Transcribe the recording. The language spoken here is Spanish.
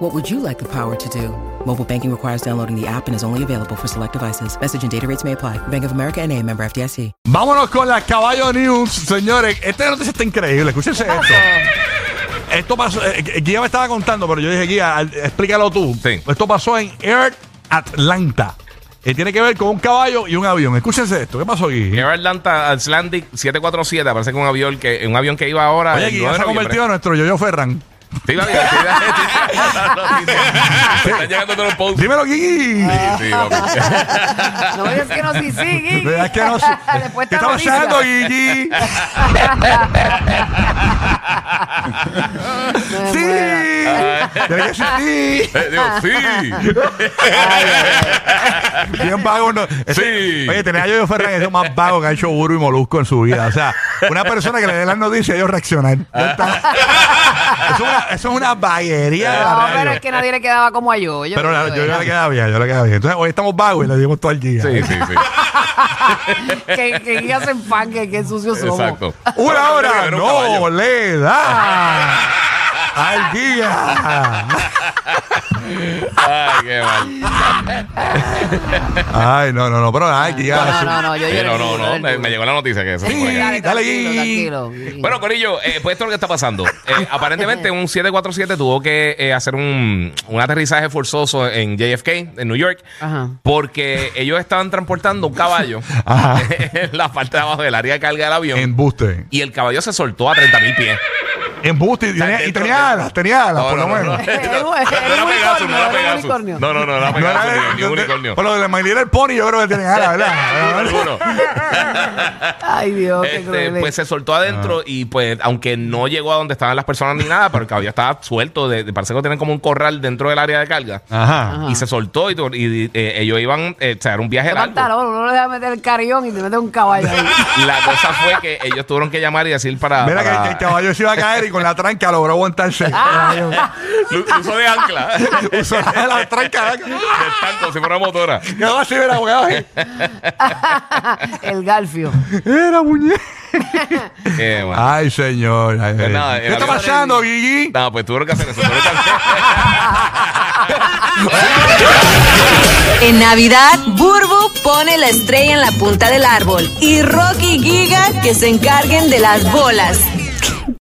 What would you like the power to do? Mobile banking requires downloading the app and is only available for select devices. Message and data rates may apply. Bank of America and a member FDIC. Vámonos con las caballo news, señores. Esta noticia está increíble, escúchense esto. Esto pasó, eh, eh, Guía me estaba contando, pero yo dije, Guía, al- explícalo tú. Sí. Esto pasó en Air Atlanta. Que tiene que ver con un caballo y un avión. Escúchense esto. ¿Qué pasó, Guía? Air Atlanta Atlantic 747, parece que un avión que, un avión que iba ahora. Oye, el Guía 9 se de ha convertido noviembre. en nuestro Yoyo Ferran. Te iba bien, te iba bien, te iba bien. Las noticias. Están llegando todos los posts. Dímelo, Guigui. Sí, sí, papi. No es que no sí, sí, Gigi. Es que no sé. Después ¿Qué te está lo digo. pasando, Guigui? No me Sí. mueva. Tiene que decir sí. Eh, digo, sí. Bien vago. No. Ese- Sí. Oye, tenía a Yoyo Ferran, es lo más vago que ha hecho Buru y Molusco en su vida. O sea, una persona que le dé las noticias y ellos reaccionan. Ah. Ya está. Eso, es una, eso es una vaguería. de la No, radio. Ah, pero es que nadie le quedaba como a yo. yo Pero la- yo, yo era. le quedaba bien, yo le quedaba bien. Entonces, hoy estamos vagos y le dimos todo el día. Sí, sí, sí. que, que Gigi hace panque, que sucios somos. Exacto. Una hora Era un no caballo. le da al día. Ay, qué mal. Ay, no, no, no, pero ay, que ya. No, no, no, yo Pero era el no, duro, no, era el me, duro. me llegó la noticia que eso se fue. Dale, Dale, tranquilo, Gigi. tranquilo, Gigi. Bueno, Corillo, eh, pues esto es lo que está pasando. Eh, aparentemente, un 747 tuvo que eh, hacer un, un aterrizaje forzoso en JFK, en New York, Ajá. porque ellos estaban transportando un caballo Ajá. en la parte de abajo del área de carga del avión. Embuste. y el caballo se soltó a 30 mil pies. Embuste. Y tenía, y dentro tenía de- alas, tenía alas, por lo menos. no. Era un- No era era un Pegasus, no era unicornio, era un Pegasus. unicornio. No, no, no, era No era de- Pegasus, ni un de- unicornio. Bueno, de la mayoría del pony yo creo que tienen alas, ¿verdad? Ninguno. Ay, Dios, qué Este, cruel. pues se soltó adentro y pues aunque no llegó a donde estaban las personas ni nada, pero el caballo estaba suelto, de, de- parece que lo tienen como un corral dentro del área de carga. Ajá. Y se soltó y, tu- y, eh, ellos iban, eh, o sea, era un viaje Qué largo. pantalón, uno le deja meter el carrión y te mete un caballo ahí. La cosa fue que ellos tuvieron que llamar y decir para... Mira que- para- que el caballo se iba a caer y con la tranca logró aguantarse. Lu- uso de ancla. Usó la la tranca. Del tanto, si fuera motora. Quedó así, mira, abogado. el garfio. Era muñeca. Eh, bueno. Ay, señor. ay, Pues ay. nada, ¿Qué el está avión- pasando, Gigi? No, pues tuvieron que hacer eso. tuvieron que hacer- En Navidad, Burbu pone la estrella en la punta del árbol y Rocky y Giga que se encarguen de las bolas.